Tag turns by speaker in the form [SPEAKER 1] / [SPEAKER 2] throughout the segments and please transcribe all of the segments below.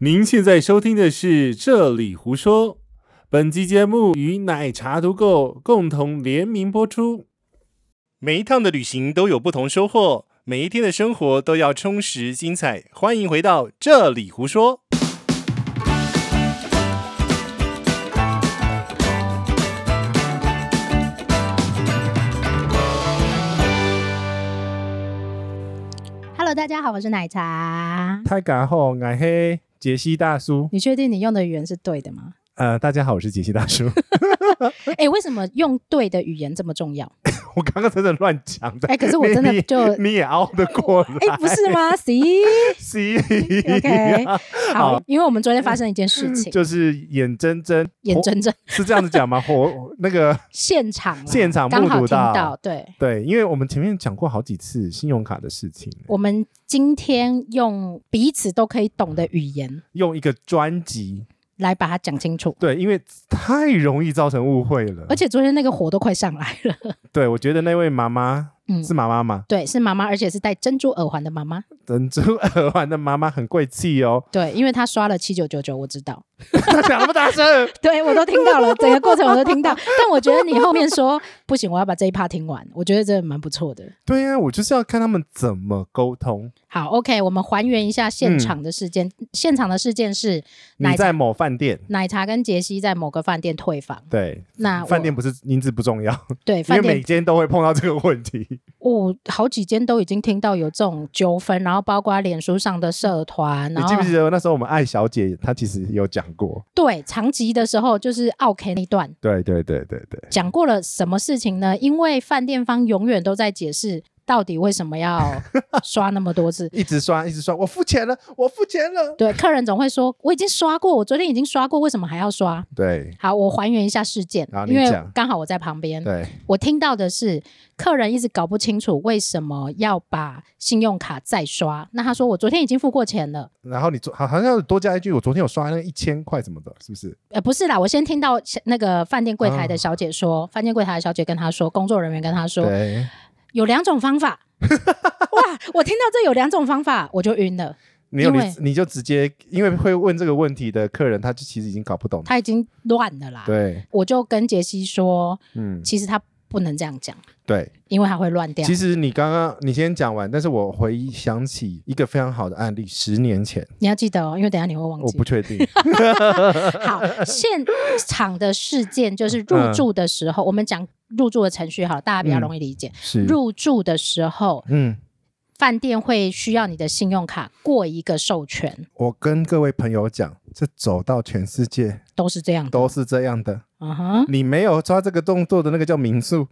[SPEAKER 1] 您现在收听的是《这里胡说》，本期节目与奶茶独购共同联名播出。每一趟的旅行都有不同收获，每一天的生活都要充实精彩。欢迎回到《这里胡说》。
[SPEAKER 2] Hello，大家好，我是奶茶。
[SPEAKER 1] 太敢吼，俺黑杰西大叔。
[SPEAKER 2] 你确定你用的语言是对的吗？
[SPEAKER 1] 呃，大家好，我是杰西大叔。
[SPEAKER 2] 哎、为什么用对的语言这么重要？
[SPEAKER 1] 我刚刚真的乱讲的。
[SPEAKER 2] 哎、可是我真的
[SPEAKER 1] 你
[SPEAKER 2] 就
[SPEAKER 1] 你你也熬得过来？
[SPEAKER 2] 哎、不 是吗？行
[SPEAKER 1] 是
[SPEAKER 2] ，OK，好，因为我们昨天发生一件事情，
[SPEAKER 1] 嗯就是眼睁睁，
[SPEAKER 2] 眼睁睁
[SPEAKER 1] 是这样子讲吗？火那个
[SPEAKER 2] 现场啦 啊
[SPEAKER 1] 现场目
[SPEAKER 2] 刚好
[SPEAKER 1] 睹
[SPEAKER 2] 听
[SPEAKER 1] 到
[SPEAKER 2] 到，对。
[SPEAKER 1] 对，因为我们前面讲过好几次信用卡的事情，
[SPEAKER 2] 我们今天用彼此都可以懂的语言
[SPEAKER 1] 用一个专辑，
[SPEAKER 2] 来把它讲清楚，
[SPEAKER 1] 对，因为太容易造成误会了
[SPEAKER 2] 而。且昨天那个火都快上来了。
[SPEAKER 1] 对，我觉得那位妈妈
[SPEAKER 2] 嗯，
[SPEAKER 1] 是妈妈嘛，
[SPEAKER 2] 对，是妈妈，而且是戴珍珠耳环的妈妈。
[SPEAKER 1] 珍珠耳环的妈妈很贵气哦，
[SPEAKER 2] 对，因为她刷了七九九九，我知道。
[SPEAKER 1] 她讲那么大声，
[SPEAKER 2] 对我都听到了，整个过程我都听到。但我觉得你后面说不行，我要把这一趴听完，我觉得这蛮不错的。
[SPEAKER 1] 对呀、我就是要看他们怎么沟通。
[SPEAKER 2] 好，OK，我们还原一下
[SPEAKER 1] 嗯
[SPEAKER 2] 现场的事件。现场的事件是
[SPEAKER 1] 你
[SPEAKER 2] 奶茶
[SPEAKER 1] 在某饭店，
[SPEAKER 2] 奶茶跟杰西在某个饭店退房。
[SPEAKER 1] 对，
[SPEAKER 2] 那啊我
[SPEAKER 1] 饭店不是名字不重要，
[SPEAKER 2] 对
[SPEAKER 1] 因为
[SPEAKER 2] 饭
[SPEAKER 1] 每
[SPEAKER 2] 店，
[SPEAKER 1] 间都会碰到这个问 题。
[SPEAKER 2] 我、好几间都已经听到有这种纠纷，然后包括脸书上的社团，
[SPEAKER 1] 你
[SPEAKER 2] 然后
[SPEAKER 1] 记不记得那时候我们艾小姐她其实有讲过？
[SPEAKER 2] 对长集的时候就是 OK 那一段，
[SPEAKER 1] 对对对对对，
[SPEAKER 2] 讲过了什么事情呢？因为饭店方永远都在解释到底为什么要刷那么多次。
[SPEAKER 1] 一直刷一直刷，我付钱了，我付钱了。
[SPEAKER 2] 对，客人总会说我已经刷过，我昨天已经刷过，为什么还要刷？
[SPEAKER 1] 对
[SPEAKER 2] 好，我还原一下事件
[SPEAKER 1] 好，你
[SPEAKER 2] 因为
[SPEAKER 1] 讲
[SPEAKER 2] 刚好我在旁边，
[SPEAKER 1] 对，
[SPEAKER 2] 我听到的是客人一直搞不清楚为什么要把信用卡再刷。那他说我昨天已经付过钱了，
[SPEAKER 1] 然后你昨好好像有多加一句，我昨天有刷那个一千块什么的，是不是？
[SPEAKER 2] 呃，不是啦，我先听到那个饭店柜
[SPEAKER 1] 啊
[SPEAKER 2] 台的小姐说，饭店柜台的小姐跟他说，工作人员跟他说
[SPEAKER 1] 对，
[SPEAKER 2] 有两种方法。哇，我听到这有两种方法，我就晕了。
[SPEAKER 1] 你有
[SPEAKER 2] 因
[SPEAKER 1] 你
[SPEAKER 2] 为
[SPEAKER 1] 你就直接，因为会问这个问题的客人，他就其实已经搞不懂。
[SPEAKER 2] 他已经乱了啦。
[SPEAKER 1] 对，
[SPEAKER 2] 我就跟杰西说，
[SPEAKER 1] 嗯，
[SPEAKER 2] 其实他不能这样讲，
[SPEAKER 1] 对。
[SPEAKER 2] 因为他会乱掉。
[SPEAKER 1] 其实你刚刚你先讲完，但是我回想起一个非常好的案例，十年前，
[SPEAKER 2] 你要记得哦，因为等一下你会忘
[SPEAKER 1] 我
[SPEAKER 2] 记
[SPEAKER 1] 不。确 定。
[SPEAKER 2] 好，现场的事件就是入
[SPEAKER 1] 嗯
[SPEAKER 2] 住的时候，我们讲入住的程序好了，大家比较容易理解。
[SPEAKER 1] 是，
[SPEAKER 2] 入住的时候，
[SPEAKER 1] 嗯，
[SPEAKER 2] 饭店会需要你的信用卡过一个授权，
[SPEAKER 1] 我跟各位朋友讲，这走到全世界
[SPEAKER 2] 都是这样的。
[SPEAKER 1] 都是这样的，
[SPEAKER 2] 嗯哼，
[SPEAKER 1] 你没有抓这个动作的那个叫民宿。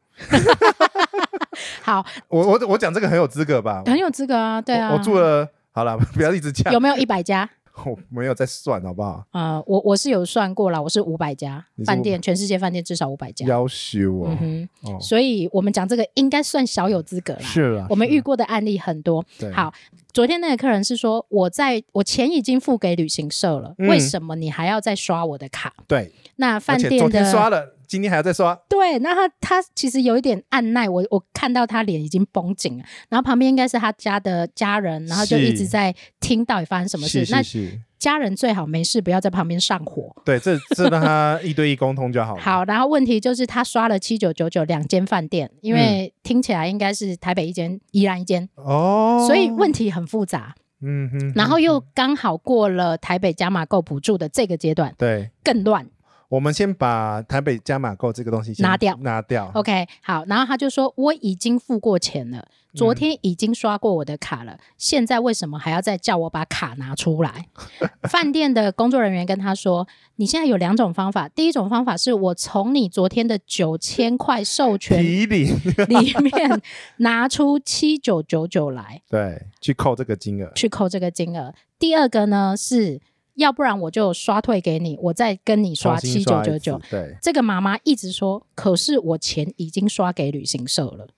[SPEAKER 2] 好，
[SPEAKER 1] 我我我讲这个很有资格吧？
[SPEAKER 2] 很有资格啊，对啊。
[SPEAKER 1] 我我住了，好了，不要一直讲
[SPEAKER 2] 有，没有一百家？
[SPEAKER 1] 我没有在算，好不好？
[SPEAKER 2] 啊，我我是有算过啦，我是五百家
[SPEAKER 1] 你是
[SPEAKER 2] 饭店，全世界饭店至少五百家。
[SPEAKER 1] 要求我
[SPEAKER 2] 嗯，哼，
[SPEAKER 1] 哦，
[SPEAKER 2] 所以我们讲这个应该算小有资格啦。
[SPEAKER 1] 是啦，
[SPEAKER 2] 我们
[SPEAKER 1] 是啊
[SPEAKER 2] 遇
[SPEAKER 1] 啦
[SPEAKER 2] 过的案例很多。
[SPEAKER 1] 对，
[SPEAKER 2] 好，昨天那个客人是说，我在我钱已经付给旅行社了，
[SPEAKER 1] 嗯
[SPEAKER 2] 为什么你还要再刷我的卡？
[SPEAKER 1] 对，
[SPEAKER 2] 那
[SPEAKER 1] 而
[SPEAKER 2] 饭
[SPEAKER 1] 且昨
[SPEAKER 2] 店
[SPEAKER 1] 天
[SPEAKER 2] 的
[SPEAKER 1] 刷了，今天还要再刷，
[SPEAKER 2] 对，那他他其实有一点按耐，我我看到他脸已经绷紧了，然后旁边应该是他家的家人，然后就是一直在听到底发生什么事。
[SPEAKER 1] 是
[SPEAKER 2] 那
[SPEAKER 1] 是是，
[SPEAKER 2] 家人最好没事，不要在旁边上火。
[SPEAKER 1] 对，这这让他一对一沟通就好了。，
[SPEAKER 2] 好，然后问题就是他刷了七九九九两间饭店，
[SPEAKER 1] 嗯
[SPEAKER 2] 因为听起来应该是台北一间、宜兰一间，
[SPEAKER 1] 哦，
[SPEAKER 2] 所以问，题很复杂。
[SPEAKER 1] 嗯哼，
[SPEAKER 2] 然后又刚好过了台北加码购补助的这个阶段，
[SPEAKER 1] 对，
[SPEAKER 2] 更
[SPEAKER 1] 嗯
[SPEAKER 2] 乱。
[SPEAKER 1] 我们先把台北加码购这个东西先
[SPEAKER 2] 拿掉
[SPEAKER 1] 拿掉。
[SPEAKER 2] OK，好，然后他就说我已经付过钱了，
[SPEAKER 1] 嗯
[SPEAKER 2] 昨天已经刷过我的卡了，现在为什么还要再叫我把卡拿出来？ 饭店的工作人员跟他说，你现在有两种方法，第一种方法是我从你昨天的九千块授 权
[SPEAKER 1] 提领，
[SPEAKER 2] 里面拿出七九九九来
[SPEAKER 1] 对，去扣这个金额，
[SPEAKER 2] 去扣这个金额，第二个呢是要不然我就刷退给你，我再跟你刷
[SPEAKER 1] 重新
[SPEAKER 2] 七九
[SPEAKER 1] 一
[SPEAKER 2] 九
[SPEAKER 1] 次
[SPEAKER 2] 九。，
[SPEAKER 1] 对，
[SPEAKER 2] 这个妈妈一直说，可是我钱已经刷给旅行社了。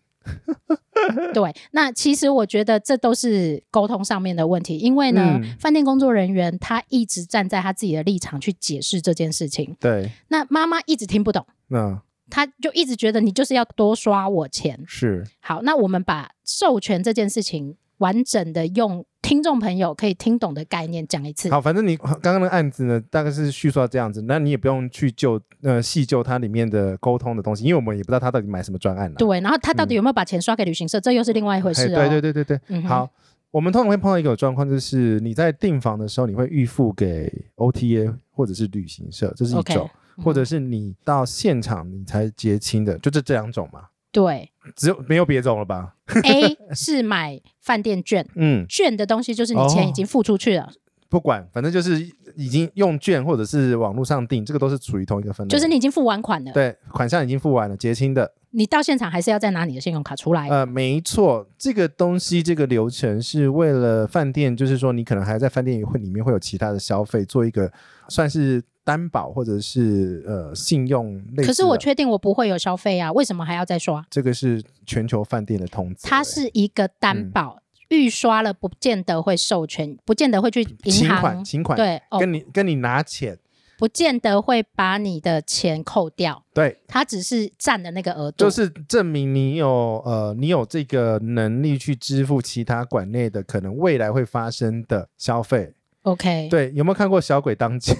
[SPEAKER 2] 对，那其实我觉得这都是沟通上面的问题，因为呢，
[SPEAKER 1] 嗯
[SPEAKER 2] 饭店工作人员他一直站在他自己的立场去解释这件事情，
[SPEAKER 1] 对，
[SPEAKER 2] 那妈妈一直听不懂，
[SPEAKER 1] 那
[SPEAKER 2] 她就一直觉得你就是要多刷我钱。
[SPEAKER 1] 是
[SPEAKER 2] 好，那我们把授权这件事情完整的用听众朋友可以听懂的概念讲一次。
[SPEAKER 1] 好，反正你刚刚的案子呢，大概是叙述到这样子，那你也不用去就呃细究它里面的沟通的东西，因为我们也不知道他到底买什么专案了。啊
[SPEAKER 2] 对，然后他到底有没有把钱刷给旅行社，这又是另外一回
[SPEAKER 1] 哎
[SPEAKER 2] 事哦。
[SPEAKER 1] 对对对对对，
[SPEAKER 2] 嗯哼
[SPEAKER 1] 好，我们通常会碰到一个状况，就是你在订房的时候，你会预付给 OTA 或者是旅行社，这是一
[SPEAKER 2] OK，
[SPEAKER 1] 种
[SPEAKER 2] 嗯
[SPEAKER 1] 或者是你到现场你才结清的，就这这两种嘛，
[SPEAKER 2] 对
[SPEAKER 1] 只有没有别种了吧？
[SPEAKER 2] ，A 是买饭店券，
[SPEAKER 1] 嗯，
[SPEAKER 2] 券的东西就是你钱已
[SPEAKER 1] 哦
[SPEAKER 2] 经付出去了，
[SPEAKER 1] 不管，反正就是已经用券或者是网络上订，这个都是属于同一个分类，
[SPEAKER 2] 就是你已经付完款了，
[SPEAKER 1] 对款项已经付完了，结清的。
[SPEAKER 2] 你到现场还是要再拿你的信用卡出来。
[SPEAKER 1] 呃，没错，这个东西这个流程是为了饭店，就是说你可能还在饭店会里面会有其他的消费，做一个算是担保或者是呃信用类似的。
[SPEAKER 2] 可是我确定我不会有消费啊，为什么还要再刷？
[SPEAKER 1] 这个是全球饭店的通欸知，
[SPEAKER 2] 它是一个
[SPEAKER 1] 嗯
[SPEAKER 2] 担保，预刷了不见得会授权，不见得会去
[SPEAKER 1] 请
[SPEAKER 2] 银
[SPEAKER 1] 款，
[SPEAKER 2] 行，
[SPEAKER 1] 请款
[SPEAKER 2] 对哦，
[SPEAKER 1] 跟你跟你拿钱，
[SPEAKER 2] 不见得会把你的钱扣掉，
[SPEAKER 1] 对，
[SPEAKER 2] 它只是占了那个额度。
[SPEAKER 1] 就是证明你有呃你有这个能力去支付其他馆内的可能未来会发生的消费。
[SPEAKER 2] OK，
[SPEAKER 1] 对，有没有看过《小鬼当家》？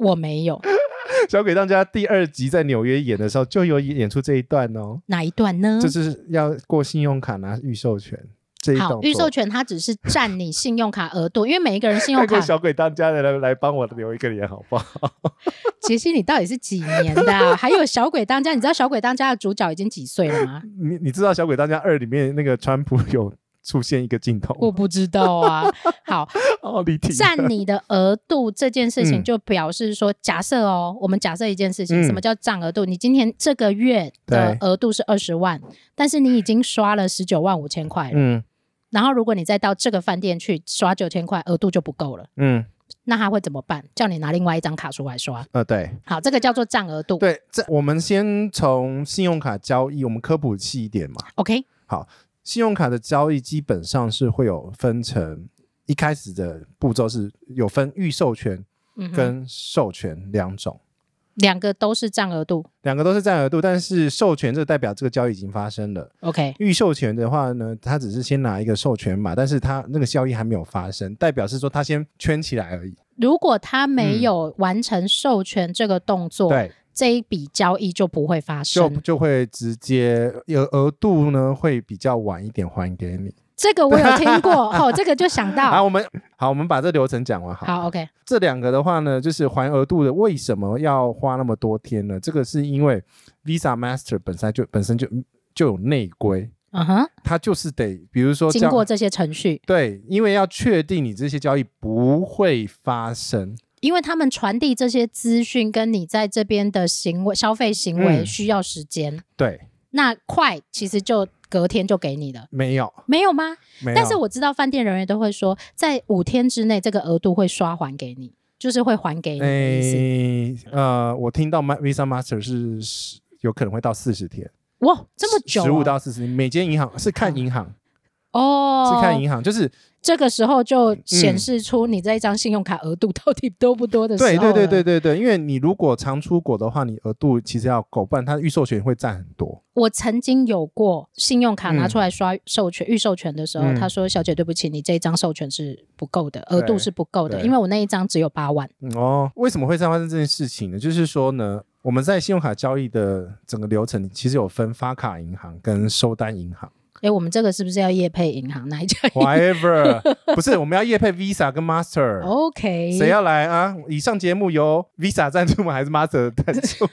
[SPEAKER 2] 我没有
[SPEAKER 1] 《小鬼当家》第二集在纽约演的时候就有演出这一段哦，
[SPEAKER 2] 哪一段 呢？
[SPEAKER 1] 就是要过信用卡拿预授权这一
[SPEAKER 2] 好
[SPEAKER 1] 动，
[SPEAKER 2] 预授
[SPEAKER 1] 作。
[SPEAKER 2] 权它只是占你信用卡额度，因为每一个人信用
[SPEAKER 1] 看过
[SPEAKER 2] 卡
[SPEAKER 1] 《。小鬼当家》的人来帮我留一个言好不好？
[SPEAKER 2] 杰西，你到底是几年的啊、还有《小鬼当家》，你知道《小鬼当家》的主角已经几岁 了吗？
[SPEAKER 1] 你你知道《小鬼当家二》里面那个川普有出现一个镜头
[SPEAKER 2] 我
[SPEAKER 1] 吗，
[SPEAKER 2] 不知道啊。 好，
[SPEAKER 1] 奥利体
[SPEAKER 2] 占你的额度这件事情，
[SPEAKER 1] 嗯
[SPEAKER 2] 就表示说，假设哦，我们假设一件事情，
[SPEAKER 1] 嗯
[SPEAKER 2] 什么叫占额度？你今天这个月的
[SPEAKER 1] 对
[SPEAKER 2] 额度是二十万，但是你已经刷了十九万五千块了。
[SPEAKER 1] 嗯
[SPEAKER 2] 然后如果你再到这个饭店去刷九千块，额度就不够了，
[SPEAKER 1] 嗯
[SPEAKER 2] 那他会怎么办？叫你拿另外一张卡出来刷。
[SPEAKER 1] 呃对
[SPEAKER 2] 好，这个叫做占额度。
[SPEAKER 1] 对，这我们先从信用卡交易，我们科普细一点嘛。
[SPEAKER 2] OK，
[SPEAKER 1] 信用卡的交易基本上是会有分成，一开始的步骤是有分预授权
[SPEAKER 2] 嗯哼，
[SPEAKER 1] 跟授权两种，
[SPEAKER 2] 两个都是占额度。
[SPEAKER 1] 两个都是占额度，但是授权这代表这个交易已经发生了。
[SPEAKER 2] OK，
[SPEAKER 1] 预授权的话呢，它只是先拿一个授权码，但是它那个交易还没有发生，代表是说它先圈起来而已。
[SPEAKER 2] 如果他没有完成授权这个动作，
[SPEAKER 1] 嗯对，
[SPEAKER 2] 这一笔交易就不会发
[SPEAKER 1] 就
[SPEAKER 2] 生。
[SPEAKER 1] 就会直接有额度呢，会比较晚一点还给你。
[SPEAKER 2] 这个我有听 过，哦，这个就想到。
[SPEAKER 1] 好，我们好，我们把这流程讲完好了。
[SPEAKER 2] 好，OK，
[SPEAKER 1] 这两个的话呢，就是还额度的，为什么要花那么多天呢？这个是因为 Visa Master 本身就本身就就有内规，
[SPEAKER 2] 嗯哼，
[SPEAKER 1] 它就是得，比如说这
[SPEAKER 2] 经
[SPEAKER 1] 样
[SPEAKER 2] 过这些程序，
[SPEAKER 1] 对，因为要确定你这些交易不会发生，
[SPEAKER 2] 因为他们传递这些资讯跟你在这边的行为、消费行为
[SPEAKER 1] 嗯
[SPEAKER 2] 需要时间，
[SPEAKER 1] 对，
[SPEAKER 2] 那快其实就隔天就给你了，
[SPEAKER 1] 没有，
[SPEAKER 2] 没有吗？
[SPEAKER 1] 没有。
[SPEAKER 2] 但是我知道饭店人员都会说，在五天之内这个额度会刷还给你，就是会还给你的意思。
[SPEAKER 1] 哎诶呃，我听到 Ma- Visa Master 是十，有可能会到四十天，
[SPEAKER 2] 哇，这么久、啊，
[SPEAKER 1] 十五到四十，每间银行是看银行，
[SPEAKER 2] 哦，
[SPEAKER 1] 是看银行，就是
[SPEAKER 2] 这个时候就
[SPEAKER 1] 嗯
[SPEAKER 2] 显示出你这一张信用卡额度到底多不多的时候啊
[SPEAKER 1] 对对对对
[SPEAKER 2] 对，
[SPEAKER 1] 对对，因为你如果常出国的话，你额度其实要够，不然它预授权会占很多。
[SPEAKER 2] 我曾经有过信用卡拿出来刷授权、预授权的时候，
[SPEAKER 1] 嗯
[SPEAKER 2] 他说：“小姐，对不起，你这一张授权是不够的，额度是不够的，
[SPEAKER 1] 对
[SPEAKER 2] 因为我那一张只有八万。
[SPEAKER 1] 嗯哦，为什么会发生这件事情呢？就是说呢，我们在信用卡交易的整个流程，其实有分发卡银行跟收单银行
[SPEAKER 2] 哎，我们这个是不是要业配银行 哪一家
[SPEAKER 1] ，whatever，不 是我们要业配 Visa 跟 Master。
[SPEAKER 2] 哦？OK，
[SPEAKER 1] 谁要来啊？以上节目由 Visa 赞助吗？ 还是 Master 赞助？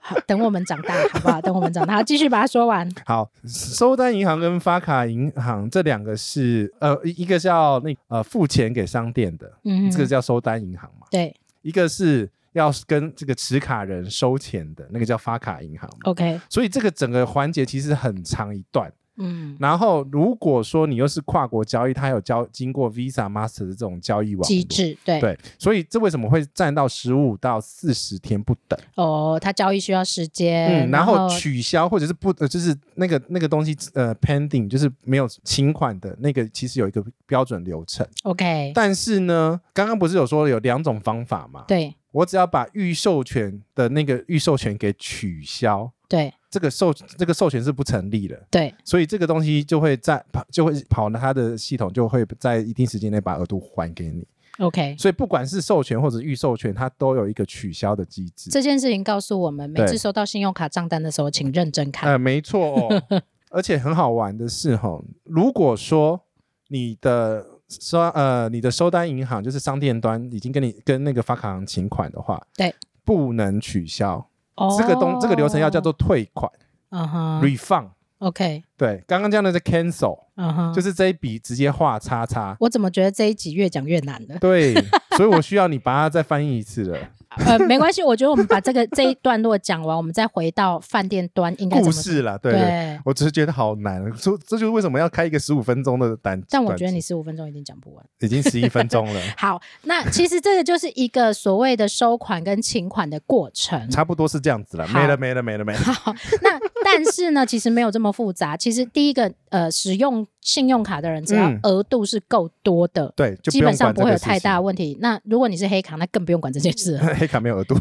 [SPEAKER 2] 好等我们长大好不好？等我们长大，继续把它说完。
[SPEAKER 1] 好，收单银行跟发卡银行这两个是呃，一一个叫那呃付钱给商店的，
[SPEAKER 2] 嗯，
[SPEAKER 1] 这个叫收单银行嘛。
[SPEAKER 2] 对
[SPEAKER 1] 一个是要跟这个持卡人收钱的那个叫发卡银行嘛，
[SPEAKER 2] ，OK，
[SPEAKER 1] 所以这个整个环节其实很长一段。
[SPEAKER 2] 嗯，
[SPEAKER 1] 然后如果说你又是跨国交易，它有交经过 Visa、Master 的这种交易网络
[SPEAKER 2] 机，制对
[SPEAKER 1] 对，所以这为什么会占到十五到四十天不等？
[SPEAKER 2] 哦，它交易需要时间，
[SPEAKER 1] 嗯，然后取消或者是不，呃就是那个那个东西呃 pending，就是没有请款的那个，其实有一个标准流程。
[SPEAKER 2] OK，
[SPEAKER 1] 但是呢，刚刚不是有说有两种方法吗？
[SPEAKER 2] 对，
[SPEAKER 1] 我只要把预授权的那个预授权给取消，
[SPEAKER 2] 对
[SPEAKER 1] 这个授这个授权是不成立的，
[SPEAKER 2] 对
[SPEAKER 1] 所以这个东西就会在跑就会跑那它的系统就会在一定时间内把额度还给你。
[SPEAKER 2] ，OK。
[SPEAKER 1] 所以不管是授权或者预授权，它都有一个取消的机制。
[SPEAKER 2] 这件事情告诉我们，每
[SPEAKER 1] 对
[SPEAKER 2] 次收到信用卡账单的时候，请认真看。
[SPEAKER 1] 呃，没错 哦。而且很好玩的是哈，如果说你的收呃你的收单银行就是商店端已经跟你跟那个发卡行请款的话，
[SPEAKER 2] 对，
[SPEAKER 1] 不能取消。
[SPEAKER 2] 哦
[SPEAKER 1] 呃这个东这个流程要叫，做退款、
[SPEAKER 2] 嗯哼
[SPEAKER 1] refund。
[SPEAKER 2] ，OK，
[SPEAKER 1] 对，刚刚这样的是 cancel，、
[SPEAKER 2] 嗯哼，
[SPEAKER 1] 就是这一笔直接画叉叉。
[SPEAKER 2] 我怎么觉得这一集越讲越难了？
[SPEAKER 1] 对，所以我需要你把它再翻译一次 了。
[SPEAKER 2] 呃，没关系，我觉得我们把这个 这一段落讲完，我们再回到饭店端应该怎
[SPEAKER 1] 故
[SPEAKER 2] 么
[SPEAKER 1] 事啦，对
[SPEAKER 2] 对。
[SPEAKER 1] 对。我只是觉得好难，所以这就是为什么要开一个十五分钟的单。
[SPEAKER 2] 但我觉得
[SPEAKER 1] 短
[SPEAKER 2] 你
[SPEAKER 1] 集
[SPEAKER 2] 十五分钟一定讲不完。
[SPEAKER 1] 已经十一分钟了，
[SPEAKER 2] 好，那其实这个就是一个所谓的收款跟请款的过程。
[SPEAKER 1] 差不多是这样子了，
[SPEAKER 2] 好
[SPEAKER 1] 没了没了没了没了。
[SPEAKER 2] 那但是呢，其实没有这么复杂。其实第一个，呃，使用信用卡的人，只要
[SPEAKER 1] 嗯
[SPEAKER 2] 额度是够多的，
[SPEAKER 1] 对，就
[SPEAKER 2] 基本上
[SPEAKER 1] 不
[SPEAKER 2] 不
[SPEAKER 1] 用管这个
[SPEAKER 2] 会有
[SPEAKER 1] 事
[SPEAKER 2] 太大
[SPEAKER 1] 情。
[SPEAKER 2] 问题。那如果你是黑卡，那更不用管这件事了。
[SPEAKER 1] 黑卡没有额度，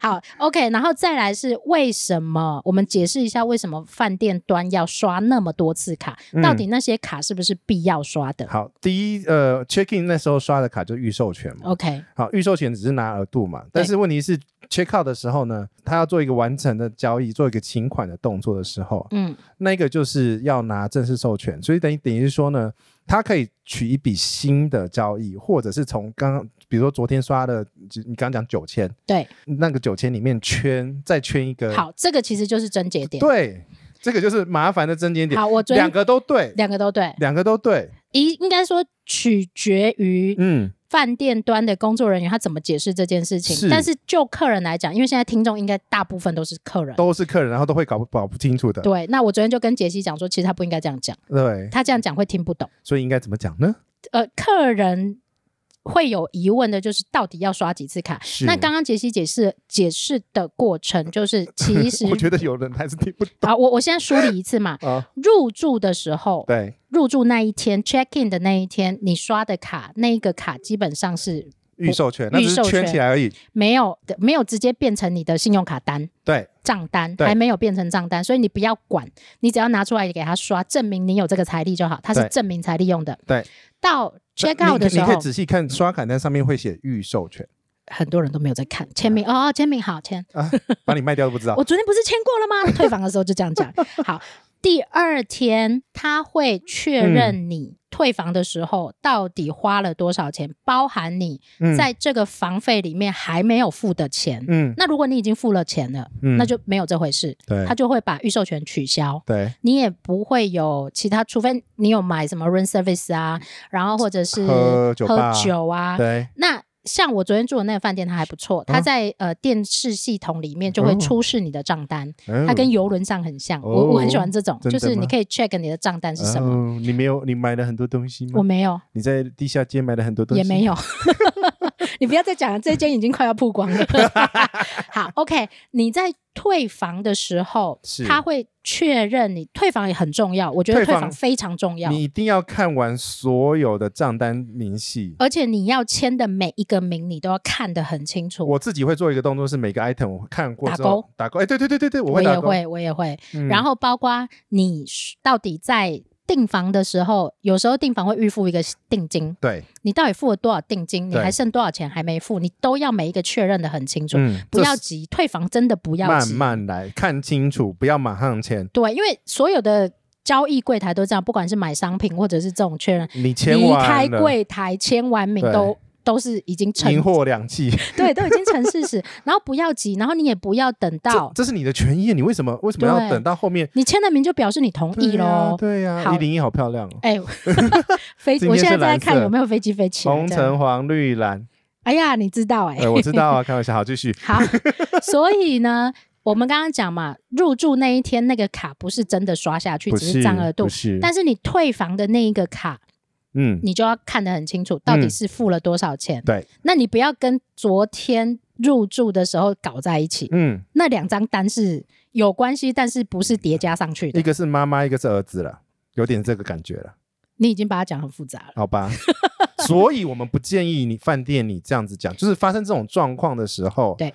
[SPEAKER 2] 好，OK，然后再来是为什么？我们解释一下为什么饭店端要刷那么多次卡？
[SPEAKER 1] 嗯
[SPEAKER 2] 到底那些卡是不是必要刷的
[SPEAKER 1] 好，第一，呃，check in 那时候刷的卡就是预授权嘛，
[SPEAKER 2] ？OK，
[SPEAKER 1] 好，预授权只是拿额度嘛，但是问题是 check out 的时候呢，他要做一个完成的交易，做一个请款的动作的时候，
[SPEAKER 2] 嗯，
[SPEAKER 1] 那个就是要拿正式授权，所以等于等于是说呢，他可以取一笔新的交易，或者是从刚刚，比如说昨天刷的，就你刚刚讲九千，
[SPEAKER 2] 对，
[SPEAKER 1] 那个九千里面圈再圈一个，
[SPEAKER 2] 好，这个其实就是症结点。
[SPEAKER 1] 对，这个就是麻烦的增减点，
[SPEAKER 2] 好，我昨
[SPEAKER 1] 两
[SPEAKER 2] 天
[SPEAKER 1] 个都对，
[SPEAKER 2] 两个都对，
[SPEAKER 1] 两个都对，
[SPEAKER 2] 一应该说取决于
[SPEAKER 1] 嗯，
[SPEAKER 2] 饭店端的工作人员他怎么解释这件事情。
[SPEAKER 1] 是
[SPEAKER 2] 但是就客人来讲，因为现在听众应该大部分都是客人。
[SPEAKER 1] 都是客人，然后都会搞不搞不清楚的，
[SPEAKER 2] 对，那我昨天就跟杰西讲说，其实他不应该这样讲，
[SPEAKER 1] 对，
[SPEAKER 2] 他这样讲会听不懂。
[SPEAKER 1] 所以应该怎么讲呢？
[SPEAKER 2] 呃，客人会有疑问的，就是到底要刷几次卡？
[SPEAKER 1] 是
[SPEAKER 2] 那刚刚杰西解释解释的过 程，就是其实
[SPEAKER 1] 我觉得有人还是听不懂。
[SPEAKER 2] 啊，我我现在梳理一次嘛
[SPEAKER 1] 啊，
[SPEAKER 2] 入住的时候，
[SPEAKER 1] 对，
[SPEAKER 2] 入住那一天，check in 的那一天，你刷的卡，那一个卡基本上是
[SPEAKER 1] 预授权，那只是
[SPEAKER 2] 预授权
[SPEAKER 1] 圈起来而已，
[SPEAKER 2] 没有的，没有直接变成你的信用卡单
[SPEAKER 1] 对，
[SPEAKER 2] 账单，
[SPEAKER 1] 对
[SPEAKER 2] 还没有变成账单，所以你不要管，你只要拿出来给他刷，证明你有这个财力就好，它是
[SPEAKER 1] 对
[SPEAKER 2] 证明财力用的。
[SPEAKER 1] 对，
[SPEAKER 2] 到 check out
[SPEAKER 1] 你
[SPEAKER 2] 的时
[SPEAKER 1] 你
[SPEAKER 2] 候
[SPEAKER 1] 可以，仔细看刷卡单上面会写预授 权。
[SPEAKER 2] 很多人都没有在看签名哦，哦签名好签。
[SPEAKER 1] 嗯啊，把你卖掉都不知道。
[SPEAKER 2] 我昨天不是签过了吗？退房的时候就这样 讲。好，第二天他会确
[SPEAKER 1] 嗯
[SPEAKER 2] 认你退房的时候到底花了多少钱，包含你
[SPEAKER 1] 嗯
[SPEAKER 2] 在这个房费里面还没有付的钱。
[SPEAKER 1] 嗯
[SPEAKER 2] 那如果你已经付了钱了，
[SPEAKER 1] 嗯
[SPEAKER 2] 那就没有这回事，
[SPEAKER 1] 对
[SPEAKER 2] 他就会把预授权取消。
[SPEAKER 1] 对
[SPEAKER 2] 你也不会有其他，除非你有买什么 room service 啊，然后或者是
[SPEAKER 1] 喝酒吧
[SPEAKER 2] 喝酒啊，
[SPEAKER 1] 对，
[SPEAKER 2] 那像我昨天住的那个饭店，它还不错，
[SPEAKER 1] 啊
[SPEAKER 2] 它在呃电视系统里面就
[SPEAKER 1] 哦
[SPEAKER 2] 会出示你的账单，它
[SPEAKER 1] 他
[SPEAKER 2] 跟游轮上很像。
[SPEAKER 1] 嗯哦
[SPEAKER 2] 我我很喜欢这种，
[SPEAKER 1] 真的
[SPEAKER 2] 就是
[SPEAKER 1] 吗
[SPEAKER 2] 你可以 check 你的账单是什么。
[SPEAKER 1] 哦？你没有你买了很多东西吗
[SPEAKER 2] 我？没有，
[SPEAKER 1] 你在地下街买了很多东西
[SPEAKER 2] 也没有。 你不要再讲了，这间已经快要曝光了。 好，OK，你在退房的时候
[SPEAKER 1] 是，
[SPEAKER 2] 他会确认你退房也很重要，我觉得
[SPEAKER 1] 退
[SPEAKER 2] 退
[SPEAKER 1] 房
[SPEAKER 2] 房非常重要，
[SPEAKER 1] 你一定要看完所有的账单明细。
[SPEAKER 2] 而且你要签的每一个名你都要看得很清楚。
[SPEAKER 1] 我自己会做一个动作，是每个 item 我看过之后打勾。哎，对对对对对，我
[SPEAKER 2] 我
[SPEAKER 1] 会打
[SPEAKER 2] 也
[SPEAKER 1] 勾。
[SPEAKER 2] 会，我也会。
[SPEAKER 1] 嗯
[SPEAKER 2] 然后包括你是到底在订房的时候，有时候订房会预付一个定金，
[SPEAKER 1] 对，
[SPEAKER 2] 你到底付了多少定金，你
[SPEAKER 1] 对
[SPEAKER 2] 还剩多少钱还没付，你都要每一个确认的很清楚，
[SPEAKER 1] 嗯，
[SPEAKER 2] 不要
[SPEAKER 1] 这
[SPEAKER 2] 急，退房真的不
[SPEAKER 1] 是
[SPEAKER 2] 要
[SPEAKER 1] 慢
[SPEAKER 2] 急，
[SPEAKER 1] 慢来，看清楚，不要马上签。
[SPEAKER 2] 对，因为所有的交易柜台都这样，不管是买商品或者是这种确认，
[SPEAKER 1] 你签
[SPEAKER 2] 离
[SPEAKER 1] 完
[SPEAKER 2] 开
[SPEAKER 1] 了，
[SPEAKER 2] 柜台签完名
[SPEAKER 1] 对
[SPEAKER 2] 都。都是已经成
[SPEAKER 1] 银货两讫。
[SPEAKER 2] 对，都已经成事实，然后不要急，然后你也不要等
[SPEAKER 1] 这
[SPEAKER 2] 到
[SPEAKER 1] 这是你的权益，你为什么为什么要
[SPEAKER 2] 对
[SPEAKER 1] 等到后面？
[SPEAKER 2] 你签了名就表示你同意
[SPEAKER 1] 对啊呀
[SPEAKER 2] 喽。
[SPEAKER 1] 对呀，
[SPEAKER 2] 好
[SPEAKER 1] 一零一好漂亮哦，
[SPEAKER 2] 哎， 飞，
[SPEAKER 1] 今
[SPEAKER 2] 我
[SPEAKER 1] 天
[SPEAKER 2] 现在
[SPEAKER 1] 是蓝
[SPEAKER 2] 在看
[SPEAKER 1] 色
[SPEAKER 2] 有没有飞机飞起来。
[SPEAKER 1] 红
[SPEAKER 2] 这样
[SPEAKER 1] 橙黄绿 蓝。
[SPEAKER 2] 哎呀，你知道哎、
[SPEAKER 1] 哎，我知道啊，开玩笑，好，继续。
[SPEAKER 2] 好，所以 呢，我们刚刚讲嘛，入住那一天那个卡不是真的刷下去，
[SPEAKER 1] 不
[SPEAKER 2] 只是占额度
[SPEAKER 1] 不。是，
[SPEAKER 2] 但是你退房的那一个卡，
[SPEAKER 1] 嗯，
[SPEAKER 2] 你就要看得很清楚，到底
[SPEAKER 1] 嗯
[SPEAKER 2] 是付了多少钱。
[SPEAKER 1] 对，
[SPEAKER 2] 那你不要跟昨天入住的时候搞在一起，
[SPEAKER 1] 嗯，
[SPEAKER 2] 那两张单是有关系，但是不是叠加上去
[SPEAKER 1] 一
[SPEAKER 2] 的。
[SPEAKER 1] 个是妈妈，一个是儿子了，有点这个感觉了，
[SPEAKER 2] 你已经把它讲很复杂了。
[SPEAKER 1] 好吧？ 所以我们不建议你饭店你这样子讲，就是发生这种状况的时候，
[SPEAKER 2] 对。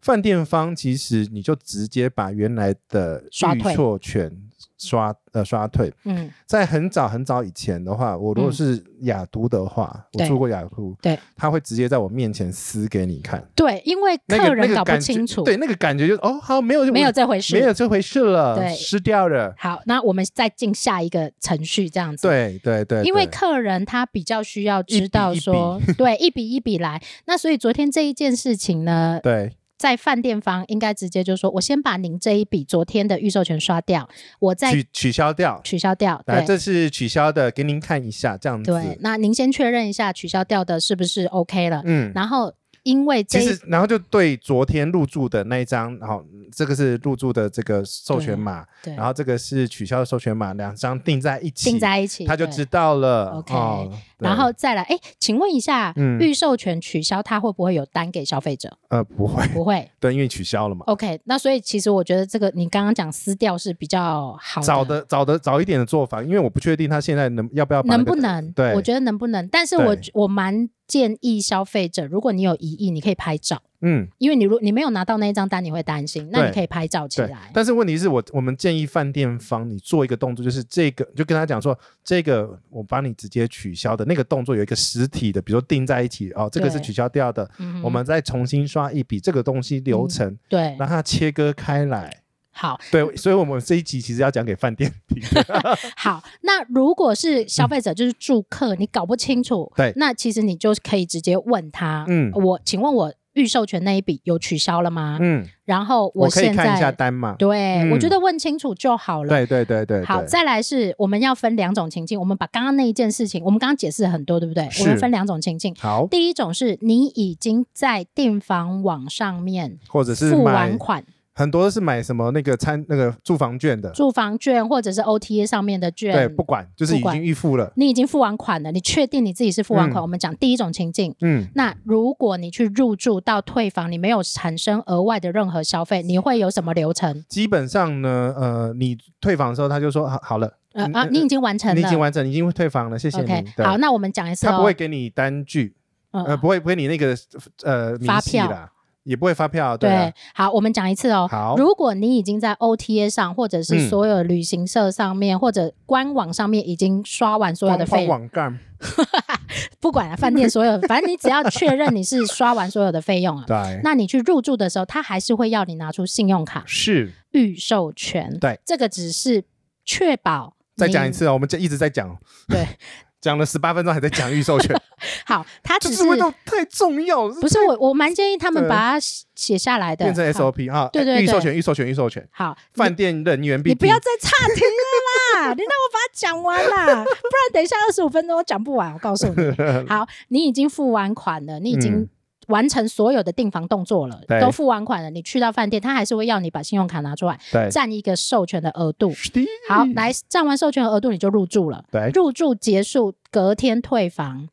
[SPEAKER 1] 饭店方其实你就直接把原来的
[SPEAKER 2] 刷
[SPEAKER 1] 预
[SPEAKER 2] 退
[SPEAKER 1] 错权刷呃刷退。
[SPEAKER 2] 嗯，
[SPEAKER 1] 在很早很早以前的话，我如果
[SPEAKER 2] 嗯
[SPEAKER 1] 是雅都的话，我
[SPEAKER 2] 对
[SPEAKER 1] 住过雅都，
[SPEAKER 2] 对，
[SPEAKER 1] 他会直接在我面前撕给你看，
[SPEAKER 2] 对，因为
[SPEAKER 1] 那个
[SPEAKER 2] 客
[SPEAKER 1] 那
[SPEAKER 2] 人
[SPEAKER 1] 个
[SPEAKER 2] 搞不
[SPEAKER 1] 感觉
[SPEAKER 2] 清楚，
[SPEAKER 1] 对，那个感觉就是哦，好，没有
[SPEAKER 2] 没有这回事，
[SPEAKER 1] 没有这回事了，
[SPEAKER 2] 对
[SPEAKER 1] 失掉 了，
[SPEAKER 2] 好，那我们再进下一个程序，这样子。。
[SPEAKER 1] 对对对，
[SPEAKER 2] 因为
[SPEAKER 1] 对
[SPEAKER 2] 客人他比较需要
[SPEAKER 1] 一笔
[SPEAKER 2] 知道
[SPEAKER 1] 一笔
[SPEAKER 2] 说，对，一笔一笔来。那所以昨天这一件事情呢，
[SPEAKER 1] 对
[SPEAKER 2] 在饭店方应该直接就说，我先把您这一笔昨天的预授权刷掉，我再
[SPEAKER 1] 取取消掉，
[SPEAKER 2] 取消掉。
[SPEAKER 1] 来，
[SPEAKER 2] 对
[SPEAKER 1] 这是取消的，给您看一下，这样子，
[SPEAKER 2] 对，那您先确认一下取消掉的是不是 OK 了。
[SPEAKER 1] 嗯。
[SPEAKER 2] 然后因为这
[SPEAKER 1] 其
[SPEAKER 2] 一
[SPEAKER 1] 实，然后就对昨天入住的那一张，然后这个是入住的这个授权码，
[SPEAKER 2] 对
[SPEAKER 1] 然后这个是取消的授权码，两张订在一起，
[SPEAKER 2] 定在一起，
[SPEAKER 1] 他就
[SPEAKER 2] 对
[SPEAKER 1] 知道了。
[SPEAKER 2] OK，
[SPEAKER 1] 哦对
[SPEAKER 2] 然后再来，哎，请问一下，
[SPEAKER 1] 嗯
[SPEAKER 2] 预授权取消，它会不会有单给消费者？
[SPEAKER 1] 呃不会，
[SPEAKER 2] 不会。
[SPEAKER 1] 对，因为取消了嘛。
[SPEAKER 2] OK，那所以其实我觉得这个你刚刚讲撕掉是比较好的，
[SPEAKER 1] 早的早的早一点的做法，因为我不确定他现在能要不要把那
[SPEAKER 2] 能
[SPEAKER 1] 个
[SPEAKER 2] 不能？
[SPEAKER 1] 对，
[SPEAKER 2] 我觉得能不能？但是我
[SPEAKER 1] 对
[SPEAKER 2] 我蛮建议消费者，如果你有疑义，你可以拍照，
[SPEAKER 1] 嗯
[SPEAKER 2] 因为你如你没有拿到那一张单，你会担心，那
[SPEAKER 1] 对
[SPEAKER 2] 你可以拍照起
[SPEAKER 1] 对
[SPEAKER 2] 来。。
[SPEAKER 1] 但是问题是我我们建议饭店方你做一个动作，就是这个就跟他讲说，这个我帮你直接取消的那个动作有一个实体的，比如说钉在一起哦，这个是
[SPEAKER 2] 对
[SPEAKER 1] 取消掉的，
[SPEAKER 2] 嗯哼
[SPEAKER 1] 我们再重新刷一笔这个东西流程，
[SPEAKER 2] 对
[SPEAKER 1] 让它切割开来。
[SPEAKER 2] 好
[SPEAKER 1] 对，所以我们这一集其实要讲给饭店听的。
[SPEAKER 2] 好。那如果是消费者，就是住客，你搞不清楚，
[SPEAKER 1] 嗯对
[SPEAKER 2] 那其实你就可以直接问他，
[SPEAKER 1] 嗯
[SPEAKER 2] 我请问我预授权那一笔有取消了吗？
[SPEAKER 1] 嗯，
[SPEAKER 2] 然后
[SPEAKER 1] 我可以
[SPEAKER 2] 现在
[SPEAKER 1] 看一下单嘛？
[SPEAKER 2] 对，
[SPEAKER 1] 嗯
[SPEAKER 2] 我觉得问清楚就好了。
[SPEAKER 1] 对对对对对。
[SPEAKER 2] 好，再来是我们要分两种情境，我们把刚刚那一件事情，我们刚刚解释了很多，对不对？
[SPEAKER 1] 是
[SPEAKER 2] 我们分两种情境，
[SPEAKER 1] 好，
[SPEAKER 2] 第一种是你已经在订房网上面
[SPEAKER 1] 或者是
[SPEAKER 2] 付
[SPEAKER 1] 买
[SPEAKER 2] 完款，
[SPEAKER 1] 很多是买什么那个餐那个住房券的，
[SPEAKER 2] 住房券或者是 OTA 上面的
[SPEAKER 1] 对，
[SPEAKER 2] 券，
[SPEAKER 1] 不管就是
[SPEAKER 2] 不
[SPEAKER 1] 已
[SPEAKER 2] 管
[SPEAKER 1] 经预付了。
[SPEAKER 2] 你已经付完款了，你确定你自己是付完款？
[SPEAKER 1] 嗯
[SPEAKER 2] 我们讲第一种情境。
[SPEAKER 1] 嗯，
[SPEAKER 2] 那如果你去入住到退房，你没有产生额外的任何消费，你会有什么流程？
[SPEAKER 1] 基本上呢，呃，你退房的时候他就说好好了，
[SPEAKER 2] 呃
[SPEAKER 1] 嗯
[SPEAKER 2] 啊，你已经完成了，
[SPEAKER 1] 你已经完成，你已经退房了，谢谢
[SPEAKER 2] OK，
[SPEAKER 1] 你。对
[SPEAKER 2] 好，，那我们讲一次、哦，
[SPEAKER 1] 他不会给你单据，
[SPEAKER 2] 嗯
[SPEAKER 1] 呃，不会不会你那个呃明
[SPEAKER 2] 发
[SPEAKER 1] 细
[SPEAKER 2] 票
[SPEAKER 1] 啦，也不会发票，
[SPEAKER 2] 对,、
[SPEAKER 1] 啊
[SPEAKER 2] 好，我们讲一次哦。
[SPEAKER 1] 好
[SPEAKER 2] 如果你已经在 OTA 上，或者
[SPEAKER 1] 嗯
[SPEAKER 2] 是所有旅行社上面，或者官网上面已经刷完所有的
[SPEAKER 1] 官方
[SPEAKER 2] 费，
[SPEAKER 1] 网站，
[SPEAKER 2] 不管了，饭店所有，反正你只要确认你是刷完所有的费用啊。
[SPEAKER 1] 对，
[SPEAKER 2] 那你去入住的时候，他还是会要你拿出信用卡
[SPEAKER 1] 是。
[SPEAKER 2] 预授权。
[SPEAKER 1] 对，
[SPEAKER 2] 这个只是确保。
[SPEAKER 1] 再讲一。次哦，我们这一直在讲，
[SPEAKER 2] 对，
[SPEAKER 1] 讲了十八分钟还在讲预授 权，
[SPEAKER 2] 好，他
[SPEAKER 1] 这
[SPEAKER 2] 只是
[SPEAKER 1] 是味道太重要，
[SPEAKER 2] 不是我，我蛮建议他们
[SPEAKER 1] 对
[SPEAKER 2] 把它写下来的，
[SPEAKER 1] 变成
[SPEAKER 2] 好
[SPEAKER 1] SOP 哈，
[SPEAKER 2] 对对
[SPEAKER 1] 预授
[SPEAKER 2] 对
[SPEAKER 1] 权预授权预授权，
[SPEAKER 2] 好，你
[SPEAKER 1] 饭店人员必
[SPEAKER 2] 你不
[SPEAKER 1] 听
[SPEAKER 2] 要再岔题了啦！你让我把它讲完啦，不然等一下二十五分钟我讲不完。我告诉你，好，你已经付完款了，你已经
[SPEAKER 1] 嗯
[SPEAKER 2] 完成所有的订房动作了，
[SPEAKER 1] 对
[SPEAKER 2] 都付完款了。你去到饭店，他还是会要你把信用卡拿出来，
[SPEAKER 1] 对嗯
[SPEAKER 2] 占一个授权的额度。
[SPEAKER 1] 滴
[SPEAKER 2] 好，来占完授权额度你就入住了。
[SPEAKER 1] 对
[SPEAKER 2] 入住结束，隔天退房，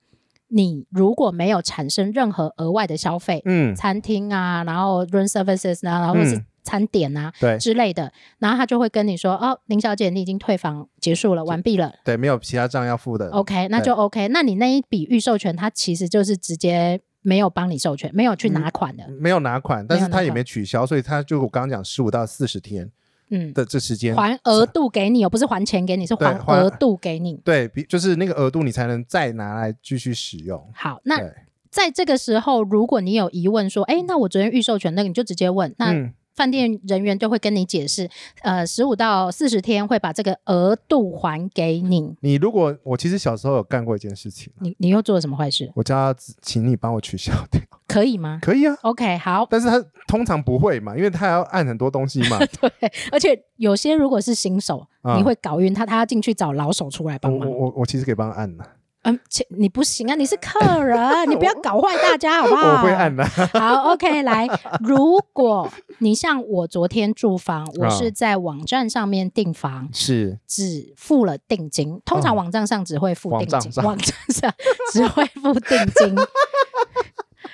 [SPEAKER 2] 你如果没有产生任何额外的消费，
[SPEAKER 1] 嗯，
[SPEAKER 2] 餐厅啊，然后 room services 啊，然后或是
[SPEAKER 1] 嗯
[SPEAKER 2] 餐点啊，
[SPEAKER 1] 对
[SPEAKER 2] 之类的，然后他就会跟你说：“哦，林小姐，你已经退房结束了，完毕了。
[SPEAKER 1] 对，没有其他账要付的
[SPEAKER 2] OK，那就 OK。那你那一笔预授权，他其实就是直接没有帮你授权，没有去
[SPEAKER 1] 嗯
[SPEAKER 2] 拿款的，
[SPEAKER 1] 没有拿款，但
[SPEAKER 2] 没有
[SPEAKER 1] 是他
[SPEAKER 2] 拿
[SPEAKER 1] 也
[SPEAKER 2] 款
[SPEAKER 1] 没取消，所以他就我刚刚讲十五到四十天
[SPEAKER 2] 嗯，
[SPEAKER 1] 的这时间，
[SPEAKER 2] 还额度给你，哦，不是还钱给你，是
[SPEAKER 1] 对
[SPEAKER 2] 还
[SPEAKER 1] 还
[SPEAKER 2] 额度给你。
[SPEAKER 1] 对比就是那个额度，你才能再拿来继续使用。
[SPEAKER 2] 好，那
[SPEAKER 1] 对，
[SPEAKER 2] 在这个时候，如果你有疑问说：“哎，那我昨天预授权那个，你就直接问。”那
[SPEAKER 1] 嗯，
[SPEAKER 2] 饭店人员就会跟你解释，呃，十五到四十天会把这个额度还给你。
[SPEAKER 1] 你如果我其实小时候有干过一件事情，啊
[SPEAKER 2] 你你又做了什么坏事？
[SPEAKER 1] 我叫他只请你帮我取消掉，
[SPEAKER 2] 可以吗
[SPEAKER 1] 可以啊，
[SPEAKER 2] ？OK，好，
[SPEAKER 1] 但是他通常不会嘛，因为他要按很多东西 嘛。
[SPEAKER 2] 对，而且有些如果是新手，
[SPEAKER 1] 啊
[SPEAKER 2] 你会搞晕他，他要进去找老手出来
[SPEAKER 1] 我
[SPEAKER 2] 帮
[SPEAKER 1] 我
[SPEAKER 2] 忙。
[SPEAKER 1] 我我其实可以帮他按的，
[SPEAKER 2] 嗯，切你不行啊，你是客人，你不要搞坏大家好不好？
[SPEAKER 1] 我会 按。的。
[SPEAKER 2] 好，OK，来，如果你像我昨天住房，我
[SPEAKER 1] 嗯
[SPEAKER 2] 是在网站上面订房。
[SPEAKER 1] 是
[SPEAKER 2] 只付了定金，通常
[SPEAKER 1] 哦
[SPEAKER 2] 网站上只会付
[SPEAKER 1] 网
[SPEAKER 2] 定
[SPEAKER 1] 站
[SPEAKER 2] 金，
[SPEAKER 1] 上
[SPEAKER 2] 网站上只会付定金。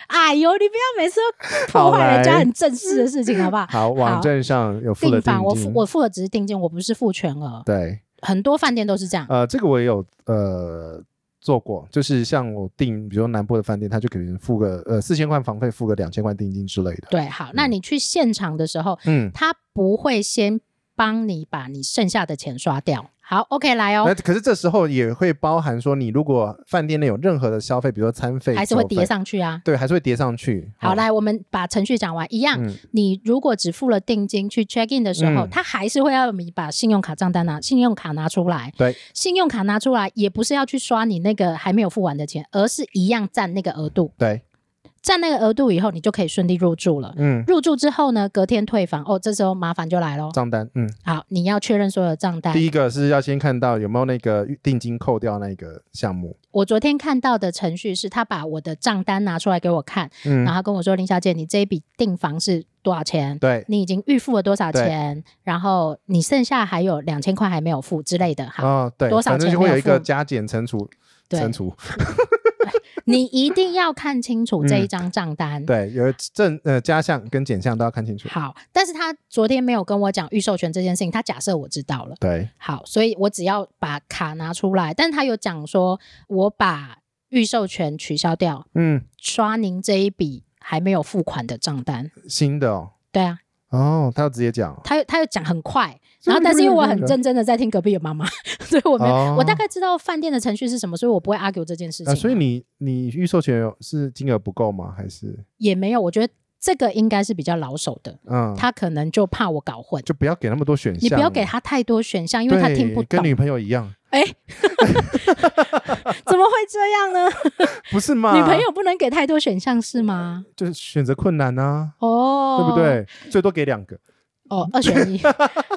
[SPEAKER 2] 哎呦，你不要每次都破坏人家
[SPEAKER 1] 好来
[SPEAKER 2] 很正式的事情，好不好？
[SPEAKER 1] 好，网站上有付了定
[SPEAKER 2] 订房，我付
[SPEAKER 1] 金。
[SPEAKER 2] 我付的只是定金，我不是付全额。
[SPEAKER 1] 对，嗯
[SPEAKER 2] 很多饭店都是这样，
[SPEAKER 1] 呃，这个我也有呃做过，就是像我订，比如说南部的饭店，他就给人付个呃四千块房费，付个两千块定金之类的。
[SPEAKER 2] 对，好，那你去现场的时候，
[SPEAKER 1] 嗯，
[SPEAKER 2] 他不会先帮你把你剩下的钱刷掉。好，OK，来
[SPEAKER 1] 那
[SPEAKER 2] 哦，
[SPEAKER 1] 可是这时候也会包含说，你如果饭店内有任何的消费，比如说餐费，
[SPEAKER 2] 还是会
[SPEAKER 1] 酒费
[SPEAKER 2] 叠，上去啊。
[SPEAKER 1] 对，还是会叠上去。
[SPEAKER 2] 好，
[SPEAKER 1] 哦，
[SPEAKER 2] 来，我们把程序讲完。一样，
[SPEAKER 1] 嗯，
[SPEAKER 2] 你如果只付了定金去 check in 的时候，
[SPEAKER 1] 嗯
[SPEAKER 2] 他还是会要你把信用卡账单拿，信用卡拿出来。
[SPEAKER 1] 对，
[SPEAKER 2] 信用卡拿出来也不是要去刷你那个还没有付完的钱，而是一样占那个额度，
[SPEAKER 1] 对，
[SPEAKER 2] 占那个额度以后，你就可以顺利入住了。
[SPEAKER 1] 嗯，
[SPEAKER 2] 入住之后呢，隔天退房哦，这时候麻烦就来咯。
[SPEAKER 1] 账单，嗯，
[SPEAKER 2] 好，你要确认所有的账单。
[SPEAKER 1] 第一个是要先看到有没有那个定金扣掉那个项目，
[SPEAKER 2] 我昨天看到的程序是他把我的账单拿出来给我看，
[SPEAKER 1] 嗯
[SPEAKER 2] 然，后跟我说：“林小姐，你这一笔订房是多少钱？
[SPEAKER 1] 对，
[SPEAKER 2] 你已经预付了多少钱？然后你剩下还有两千块还没有付之类的。”好，
[SPEAKER 1] 哦，对，
[SPEAKER 2] 多少
[SPEAKER 1] 反正
[SPEAKER 2] 钱
[SPEAKER 1] 就会
[SPEAKER 2] 没有
[SPEAKER 1] 有一个
[SPEAKER 2] 付
[SPEAKER 1] 加减乘除，
[SPEAKER 2] 对
[SPEAKER 1] 乘，除，
[SPEAKER 2] 你一定要看清楚这一张账单。
[SPEAKER 1] 嗯对，有正呃加项跟减项都要看清楚，
[SPEAKER 2] 好，但是他昨天没有跟我讲预授权这件事情，他假设我知道了。
[SPEAKER 1] 对，
[SPEAKER 2] 好，所以我只要把卡拿出来，但他有讲说，我把预授权取消掉，
[SPEAKER 1] 嗯，
[SPEAKER 2] 刷您这一笔还没有付款的账单。
[SPEAKER 1] 新的哦，
[SPEAKER 2] 对啊，
[SPEAKER 1] 哦，他要直接讲哦，
[SPEAKER 2] 他又他又讲很快，然后但是因为我很认真的在听隔壁的妈 妈，所以我没有、
[SPEAKER 1] 哦
[SPEAKER 2] 我大概知道饭店的程序是什么，所以我不会 argue 这件事情啊、
[SPEAKER 1] 啊，所以你你预授权有是金额不够吗？还是
[SPEAKER 2] 也没有，我觉得这个应该是比较老手的，
[SPEAKER 1] 嗯，
[SPEAKER 2] 他可能就怕我搞混。
[SPEAKER 1] 就不要给那么多选项，
[SPEAKER 2] 你不要给，他太多选项，因为他听不
[SPEAKER 1] 跟
[SPEAKER 2] 懂。
[SPEAKER 1] 女朋友一样，
[SPEAKER 2] 哎，怎么会这样呢？
[SPEAKER 1] 不是吗？
[SPEAKER 2] 女朋友不能给太多选项是吗？
[SPEAKER 1] 就是选择困难啊，对
[SPEAKER 2] 哦，
[SPEAKER 1] 不？对？最多给两个，
[SPEAKER 2] 哦，二选 一。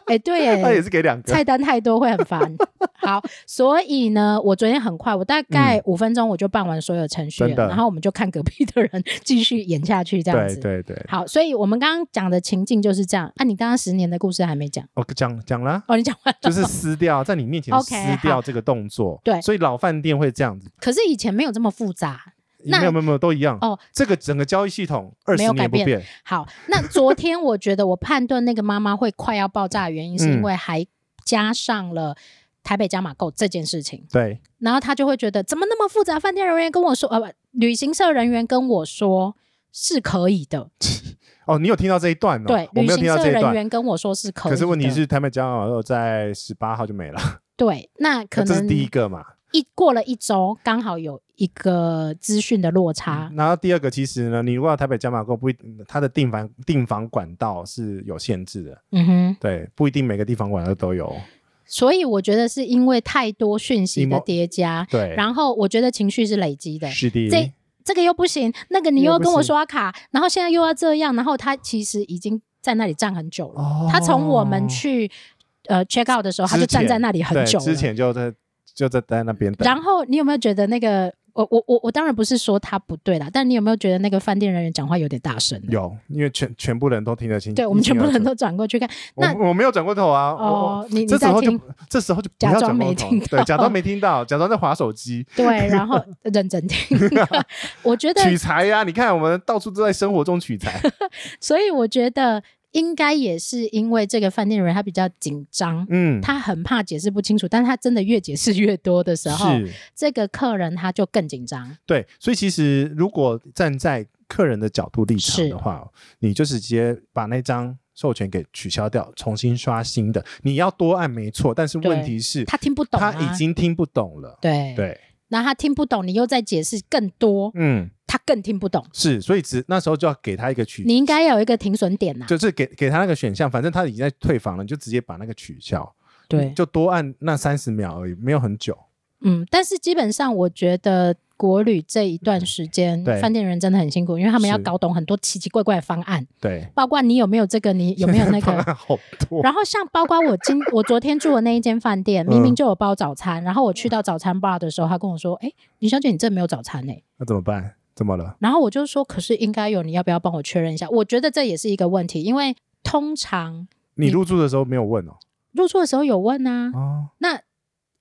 [SPEAKER 2] 哎，对耶，
[SPEAKER 1] 他也是给两个，
[SPEAKER 2] 菜单太多会很 烦。好，所以呢，我昨天很快，我大概五分钟我就办完所有程序了，
[SPEAKER 1] 嗯真的
[SPEAKER 2] 然后我们就看隔壁的人继续演下去，这样
[SPEAKER 1] 对
[SPEAKER 2] 子。
[SPEAKER 1] 对对，
[SPEAKER 2] 好，所以我们刚刚讲的情境就是这样。啊，你刚刚十年的故事还没讲
[SPEAKER 1] 我讲讲啦。
[SPEAKER 2] 哦，你讲完了。
[SPEAKER 1] 就是撕掉，在你面前
[SPEAKER 2] OK，
[SPEAKER 1] 撕掉这个动作，
[SPEAKER 2] 对
[SPEAKER 1] 所以老饭店会这样子，
[SPEAKER 2] 可是以前没有这么复杂。那
[SPEAKER 1] 没有没有没有都一样
[SPEAKER 2] 哦。
[SPEAKER 1] 这个整个交易系统二
[SPEAKER 2] 没
[SPEAKER 1] 十
[SPEAKER 2] 有
[SPEAKER 1] 年
[SPEAKER 2] 改
[SPEAKER 1] 不
[SPEAKER 2] 变
[SPEAKER 1] 变，
[SPEAKER 2] 好，那昨天我觉得我判断那个妈妈会快要爆炸 的原因，是因
[SPEAKER 1] 嗯
[SPEAKER 2] 为还加上了台北加码购这件事情。
[SPEAKER 1] 对，
[SPEAKER 2] 然后他就会觉得怎么那么复杂？饭店人员跟我说，呃，不，旅行社人员跟我说是可以的，
[SPEAKER 1] 哦，你有听到这一段哦？
[SPEAKER 2] 对，
[SPEAKER 1] 我
[SPEAKER 2] 旅
[SPEAKER 1] 没有
[SPEAKER 2] 行
[SPEAKER 1] 听到
[SPEAKER 2] 社
[SPEAKER 1] 这一
[SPEAKER 2] 人
[SPEAKER 1] 段。
[SPEAKER 2] 员跟我说是可
[SPEAKER 1] 可
[SPEAKER 2] 以的。
[SPEAKER 1] 是问题，是，台北交往后在十八号就没了，
[SPEAKER 2] 对，那可
[SPEAKER 1] 呃 这是
[SPEAKER 2] 能
[SPEAKER 1] 第一个嘛。
[SPEAKER 2] 一过了一周，刚好有一个资讯的落差。
[SPEAKER 1] 然后第二个，其实呢，你如果要台北加码购，不一定它的订房订房管道是有限制的，
[SPEAKER 2] 嗯哼，
[SPEAKER 1] 对，不一定每个地方管道都有，
[SPEAKER 2] 所以我觉得是因为太多讯息的
[SPEAKER 1] Emo-
[SPEAKER 2] 叠加，
[SPEAKER 1] 对，
[SPEAKER 2] 然后我觉得情绪是累积的。
[SPEAKER 1] 是的，
[SPEAKER 2] 这这个又不行，那个你又
[SPEAKER 1] 又
[SPEAKER 2] 要
[SPEAKER 1] 不
[SPEAKER 2] 跟我
[SPEAKER 1] 行
[SPEAKER 2] 刷卡，然后现在又要这样，然后他其实已经在那里站很久了。
[SPEAKER 1] 哦
[SPEAKER 2] 他从我们去呃 check out 的时候，他就
[SPEAKER 1] 之前
[SPEAKER 2] 站在那里很
[SPEAKER 1] 对
[SPEAKER 2] 久了
[SPEAKER 1] 之前就在就在在那边等，
[SPEAKER 2] 然后你有没有觉得那个我我我我当然不是说他不对啦，但你有没有觉得那个饭店人员讲话有点大声？啊
[SPEAKER 1] 有，因为全全部人都听得清，
[SPEAKER 2] 对我们
[SPEAKER 1] 一清
[SPEAKER 2] 全
[SPEAKER 1] 二
[SPEAKER 2] 部人
[SPEAKER 1] 楚
[SPEAKER 2] 都转过去看。那
[SPEAKER 1] 我我没有转过头啊，我
[SPEAKER 2] 哦，你你
[SPEAKER 1] 这时
[SPEAKER 2] 在
[SPEAKER 1] 候就
[SPEAKER 2] 听
[SPEAKER 1] 不这时候就不
[SPEAKER 2] 假
[SPEAKER 1] 要
[SPEAKER 2] 装
[SPEAKER 1] 转过
[SPEAKER 2] 没
[SPEAKER 1] 头
[SPEAKER 2] 听，到
[SPEAKER 1] 对，假装没听到，假装在划手机，
[SPEAKER 2] 对，然后认真 听。我 觉得，
[SPEAKER 1] 取材呀、你看我们到处都在生活中取 材，
[SPEAKER 2] 所以我觉得应该也是因为这个饭店人员他比较紧张。
[SPEAKER 1] 嗯，
[SPEAKER 2] 他很怕解释不清楚，但他真的越解释越多的时候，
[SPEAKER 1] 是，
[SPEAKER 2] 这个客人他就更紧张。
[SPEAKER 1] 对，所以其实如果站在客人的角度立场
[SPEAKER 2] 是
[SPEAKER 1] 的话，你就是直接把那张授权给取消掉，重新刷新的，你要多按没错，但是问题是
[SPEAKER 2] 他听不懂、啊，
[SPEAKER 1] 他已经听不懂了，
[SPEAKER 2] 对，
[SPEAKER 1] 对，
[SPEAKER 2] 然后他听不懂，你又在解释更多，
[SPEAKER 1] 嗯，
[SPEAKER 2] 他更听不懂。
[SPEAKER 1] 是，所以只那时候就要给他一个取
[SPEAKER 2] 你应该要有一个停损点呐、啊
[SPEAKER 1] 就是给给他那个选项，反正他已经在退房了，你就直接把那个取消。
[SPEAKER 2] 对，
[SPEAKER 1] 就多按那三十秒而已，没有很久。
[SPEAKER 2] 嗯，但是基本上我觉得国旅这一段时间，
[SPEAKER 1] 对
[SPEAKER 2] 饭店人真的很辛苦，因为他们要
[SPEAKER 1] 是
[SPEAKER 2] 搞懂很多奇奇怪怪的方案，
[SPEAKER 1] 对，
[SPEAKER 2] 包括你有没有这个，你有没有 那
[SPEAKER 1] 方
[SPEAKER 2] 个。
[SPEAKER 1] 案好多。
[SPEAKER 2] 然后像包括我今 我昨天住的那一间饭店，
[SPEAKER 1] 嗯
[SPEAKER 2] 明明就有包早餐，然后我去到早餐 bar 的时候，他跟我说：“哎，李小姐，你这没有早餐呢、
[SPEAKER 1] 那怎么办？怎么了？
[SPEAKER 2] 然后我就说：“可是应该有，你要不要帮我确认一下？”我觉得这也是一个问题，因为通常
[SPEAKER 1] 你入住的时候没有问哦？
[SPEAKER 2] 入住的时候有问啊，
[SPEAKER 1] 哦，
[SPEAKER 2] 那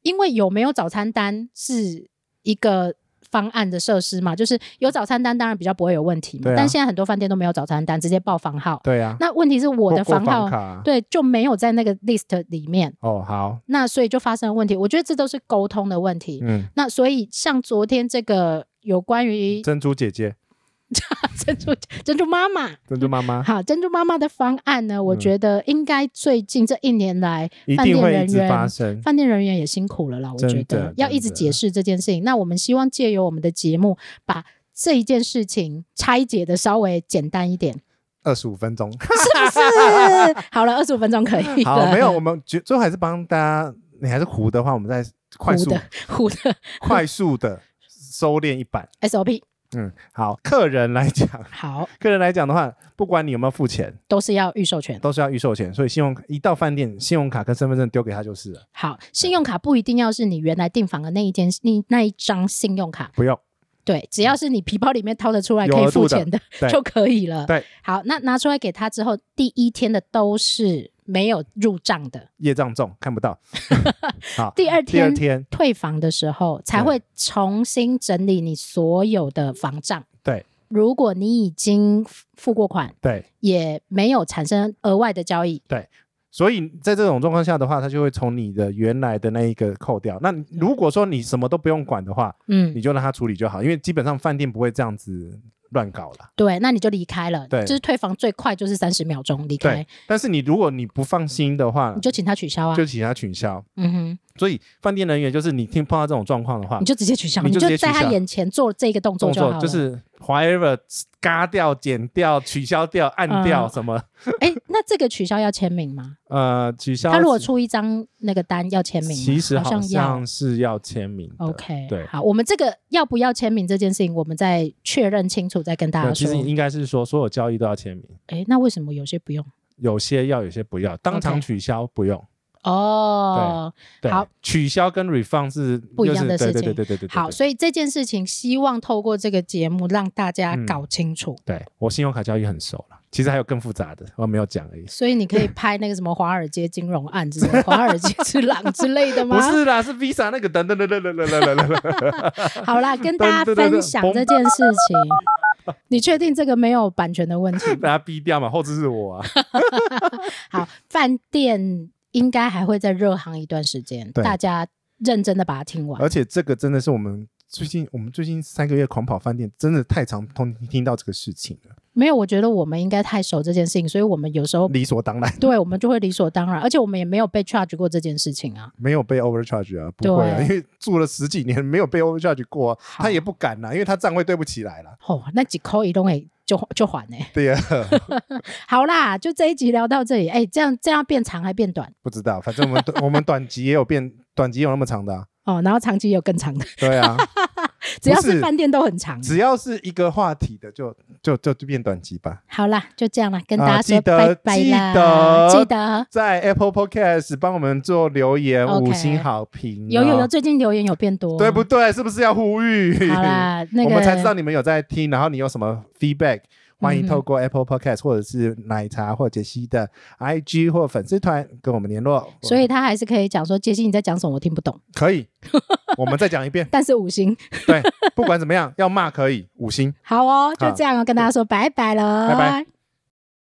[SPEAKER 2] 因为有没有早餐单是一个方案的设施嘛，就是有早餐单，当然比较不会有问题嘛。
[SPEAKER 1] 对啊
[SPEAKER 2] 但现在很多饭店都没有早餐单，直接报房号。
[SPEAKER 1] 对啊，
[SPEAKER 2] 那问题是我的
[SPEAKER 1] 过过
[SPEAKER 2] 房号
[SPEAKER 1] 房卡啊
[SPEAKER 2] 对就没有在那个 list 里面，
[SPEAKER 1] 哦，好，
[SPEAKER 2] 那所以就发生了问题。我觉得这都是沟通的问题。
[SPEAKER 1] 嗯，
[SPEAKER 2] 那所以像昨天这个有关于
[SPEAKER 1] 珍珠姐姐，
[SPEAKER 2] 珍珠珍珠妈妈，
[SPEAKER 1] 珍珠妈妈
[SPEAKER 2] 好，珍珠妈妈的方案呢，我
[SPEAKER 1] 啊嗯
[SPEAKER 2] 觉得应该最近这一年来，
[SPEAKER 1] 一
[SPEAKER 2] 饭
[SPEAKER 1] 定
[SPEAKER 2] 店
[SPEAKER 1] 会
[SPEAKER 2] 人
[SPEAKER 1] 一直
[SPEAKER 2] 员
[SPEAKER 1] 发生，
[SPEAKER 2] 饭店人员也辛苦了啦，我觉
[SPEAKER 1] 真的
[SPEAKER 2] 得要一直
[SPEAKER 1] 真的
[SPEAKER 2] 解释这件事情。那我们希望借由我们的节目，把这一件事情拆解的稍微简单一 点，
[SPEAKER 1] 二十五分 钟。
[SPEAKER 2] 是 好了，二十五分钟可以
[SPEAKER 1] 好，
[SPEAKER 2] 了
[SPEAKER 1] 没有，我们最最后还是帮大家，你还是糊的话，我们再快
[SPEAKER 2] 糊
[SPEAKER 1] 速
[SPEAKER 2] 的糊的
[SPEAKER 1] 快速 的收敛一版。
[SPEAKER 2] SOP，
[SPEAKER 1] 嗯，好，客人来讲，
[SPEAKER 2] 好，
[SPEAKER 1] 客人来讲的话，不管你有没有付钱，
[SPEAKER 2] 都是要预授权。
[SPEAKER 1] 都是要预售钱，所以信用一到饭店，信用卡跟身份证丢给他就是了，
[SPEAKER 2] 好，信用卡不一定要是你原来订房的那一间那那一张信用卡，
[SPEAKER 1] 不用。
[SPEAKER 2] 对，只要是你皮包里面掏得出来
[SPEAKER 1] 有
[SPEAKER 2] 可以
[SPEAKER 1] 额
[SPEAKER 2] 付
[SPEAKER 1] 度的
[SPEAKER 2] 钱的
[SPEAKER 1] 对
[SPEAKER 2] 就可以了。
[SPEAKER 1] 对，
[SPEAKER 2] 好，那拿出来给他之后，第一天的都是没有入账的，
[SPEAKER 1] 业障重看不 到。好，
[SPEAKER 2] 第二
[SPEAKER 1] 第二
[SPEAKER 2] 天
[SPEAKER 1] 天，
[SPEAKER 2] 退房的时候才
[SPEAKER 1] 对
[SPEAKER 2] 会重新整理你所有的房账。
[SPEAKER 1] 对
[SPEAKER 2] 如果你已经付过款，
[SPEAKER 1] 对，
[SPEAKER 2] 也没有产生额外的交易，
[SPEAKER 1] 所以在这种状况下的话，他就会从你的原来的那一个扣掉。那如果说你什么都不用管的话，你
[SPEAKER 2] 嗯，
[SPEAKER 1] 就让他处理就好，因为基本上饭店不会这样子乱搞啦。
[SPEAKER 2] 对，那你就离开了。
[SPEAKER 1] 对
[SPEAKER 2] 就是退房最快就是三十秒钟离开
[SPEAKER 1] 对，但是你如果你不放心的话
[SPEAKER 2] 你，就请他取消啊。
[SPEAKER 1] 就请他取消。
[SPEAKER 2] 嗯哼。
[SPEAKER 1] 所以饭店人员就是你听碰到这种状况的话
[SPEAKER 2] 你，就直接取消，
[SPEAKER 1] 啊你
[SPEAKER 2] 你
[SPEAKER 1] 就直接
[SPEAKER 2] 在
[SPEAKER 1] 取消
[SPEAKER 2] 他眼前做这个动作
[SPEAKER 1] 动
[SPEAKER 2] 就好
[SPEAKER 1] 作
[SPEAKER 2] 了。
[SPEAKER 1] 就，是 whatever 嘎掉、剪掉、取消掉、按掉
[SPEAKER 2] 嗯
[SPEAKER 1] 什么
[SPEAKER 2] 哎，那这个取消要签名吗？
[SPEAKER 1] 呃取消。
[SPEAKER 2] 他如果出一张那个单要签名吗，
[SPEAKER 1] 其实
[SPEAKER 2] 好
[SPEAKER 1] 好
[SPEAKER 2] 要
[SPEAKER 1] 像。是要签名的。
[SPEAKER 2] OK，
[SPEAKER 1] 对
[SPEAKER 2] 好，我们这个要不要签名这件事情，我们再确认清楚，再跟大
[SPEAKER 1] 那
[SPEAKER 2] 家
[SPEAKER 1] 其
[SPEAKER 2] 说
[SPEAKER 1] 实。应该是说所有交易都要签名，
[SPEAKER 2] 哎，那为什么有些不用？
[SPEAKER 1] 有些要，有些不要，当场
[SPEAKER 2] OK
[SPEAKER 1] 取消不用。
[SPEAKER 2] 哦，
[SPEAKER 1] 对
[SPEAKER 2] 好，
[SPEAKER 1] 取消跟 refund 是
[SPEAKER 2] 不一样的
[SPEAKER 1] 又是
[SPEAKER 2] 事情
[SPEAKER 1] 对对对对对对对。
[SPEAKER 2] 好，所以这件事情希望透过这个节目让大家
[SPEAKER 1] 嗯
[SPEAKER 2] 搞清楚。
[SPEAKER 1] 对我信用卡交易很熟了，其实还有更复杂的，我没有讲而已。
[SPEAKER 2] 所以 你可以拍那个什么华尔街金融案之类的、华尔街之狼之类的吗？
[SPEAKER 1] 不是啦，是 Visa 那个等等等等等等等等等。
[SPEAKER 2] 好啦，跟大家分享这件事情。你确定这个没有版权的问题吗？
[SPEAKER 1] 把它逼掉嘛，后置是我 啊。
[SPEAKER 2] 好，饭店应该还会再热行一段时间，
[SPEAKER 1] 对呃
[SPEAKER 2] 大家认真的把它听完
[SPEAKER 1] 而。且这个真的是我们最近，我们最近三个月狂跑饭店，真的太常通听到这个事情了，
[SPEAKER 2] 没有，我觉得我们应该太熟这件事情，所以我们有时候
[SPEAKER 1] 理所当然，
[SPEAKER 2] 对我们就会理所当然，而且我们也没有被 charge 过这件事情啊。
[SPEAKER 1] 没有被 overcharge 啊，不会啊，
[SPEAKER 2] 对
[SPEAKER 1] 因为住了十几年没有被 overcharge 过啊、
[SPEAKER 2] 好
[SPEAKER 1] 他也不敢啦、因为他账会对不起来了。
[SPEAKER 2] 哦，那几扣一定会就就还呢、
[SPEAKER 1] 对呀、
[SPEAKER 2] 好啦，就这一集聊到这里，哎、这样这样变长还变短
[SPEAKER 1] 不知道，反正我们 我们短集也有变，短集有那么长的、啊，
[SPEAKER 2] 哦，然后长期有更长的，
[SPEAKER 1] 对 啊，
[SPEAKER 2] 只要
[SPEAKER 1] 不
[SPEAKER 2] 是
[SPEAKER 1] 是
[SPEAKER 2] 饭店都很长。
[SPEAKER 1] 只要是一个话题的就就就就变短集吧。
[SPEAKER 2] 好啦，就这样啦，跟
[SPEAKER 1] 啊
[SPEAKER 2] 大家说
[SPEAKER 1] 记得
[SPEAKER 2] 拜拜啦，
[SPEAKER 1] 记得
[SPEAKER 2] 记得
[SPEAKER 1] 在 Apple Podcast 帮我们做留言
[SPEAKER 2] OK
[SPEAKER 1] 五星好评、啊
[SPEAKER 2] 有有有，，最近留言有变多，
[SPEAKER 1] 嗯对不对？是不是要呼吁？
[SPEAKER 2] 好啦，那个
[SPEAKER 1] 我们才知道你们有在听，然后你有什么 feedback，欢迎
[SPEAKER 2] 嗯
[SPEAKER 1] 透过 Apple Podcast 或者是奶茶或杰西的 IG 或粉丝团跟我们联络。
[SPEAKER 2] 所以他还是可以讲说，杰西你在讲什么，我听不懂，
[SPEAKER 1] 可以，我们再讲一遍。
[SPEAKER 2] 但是五星
[SPEAKER 1] 对，不管怎么样，要骂可以五星。
[SPEAKER 2] 好哦，就
[SPEAKER 1] 好
[SPEAKER 2] 这样哦，跟大家说拜拜了，
[SPEAKER 1] 拜拜。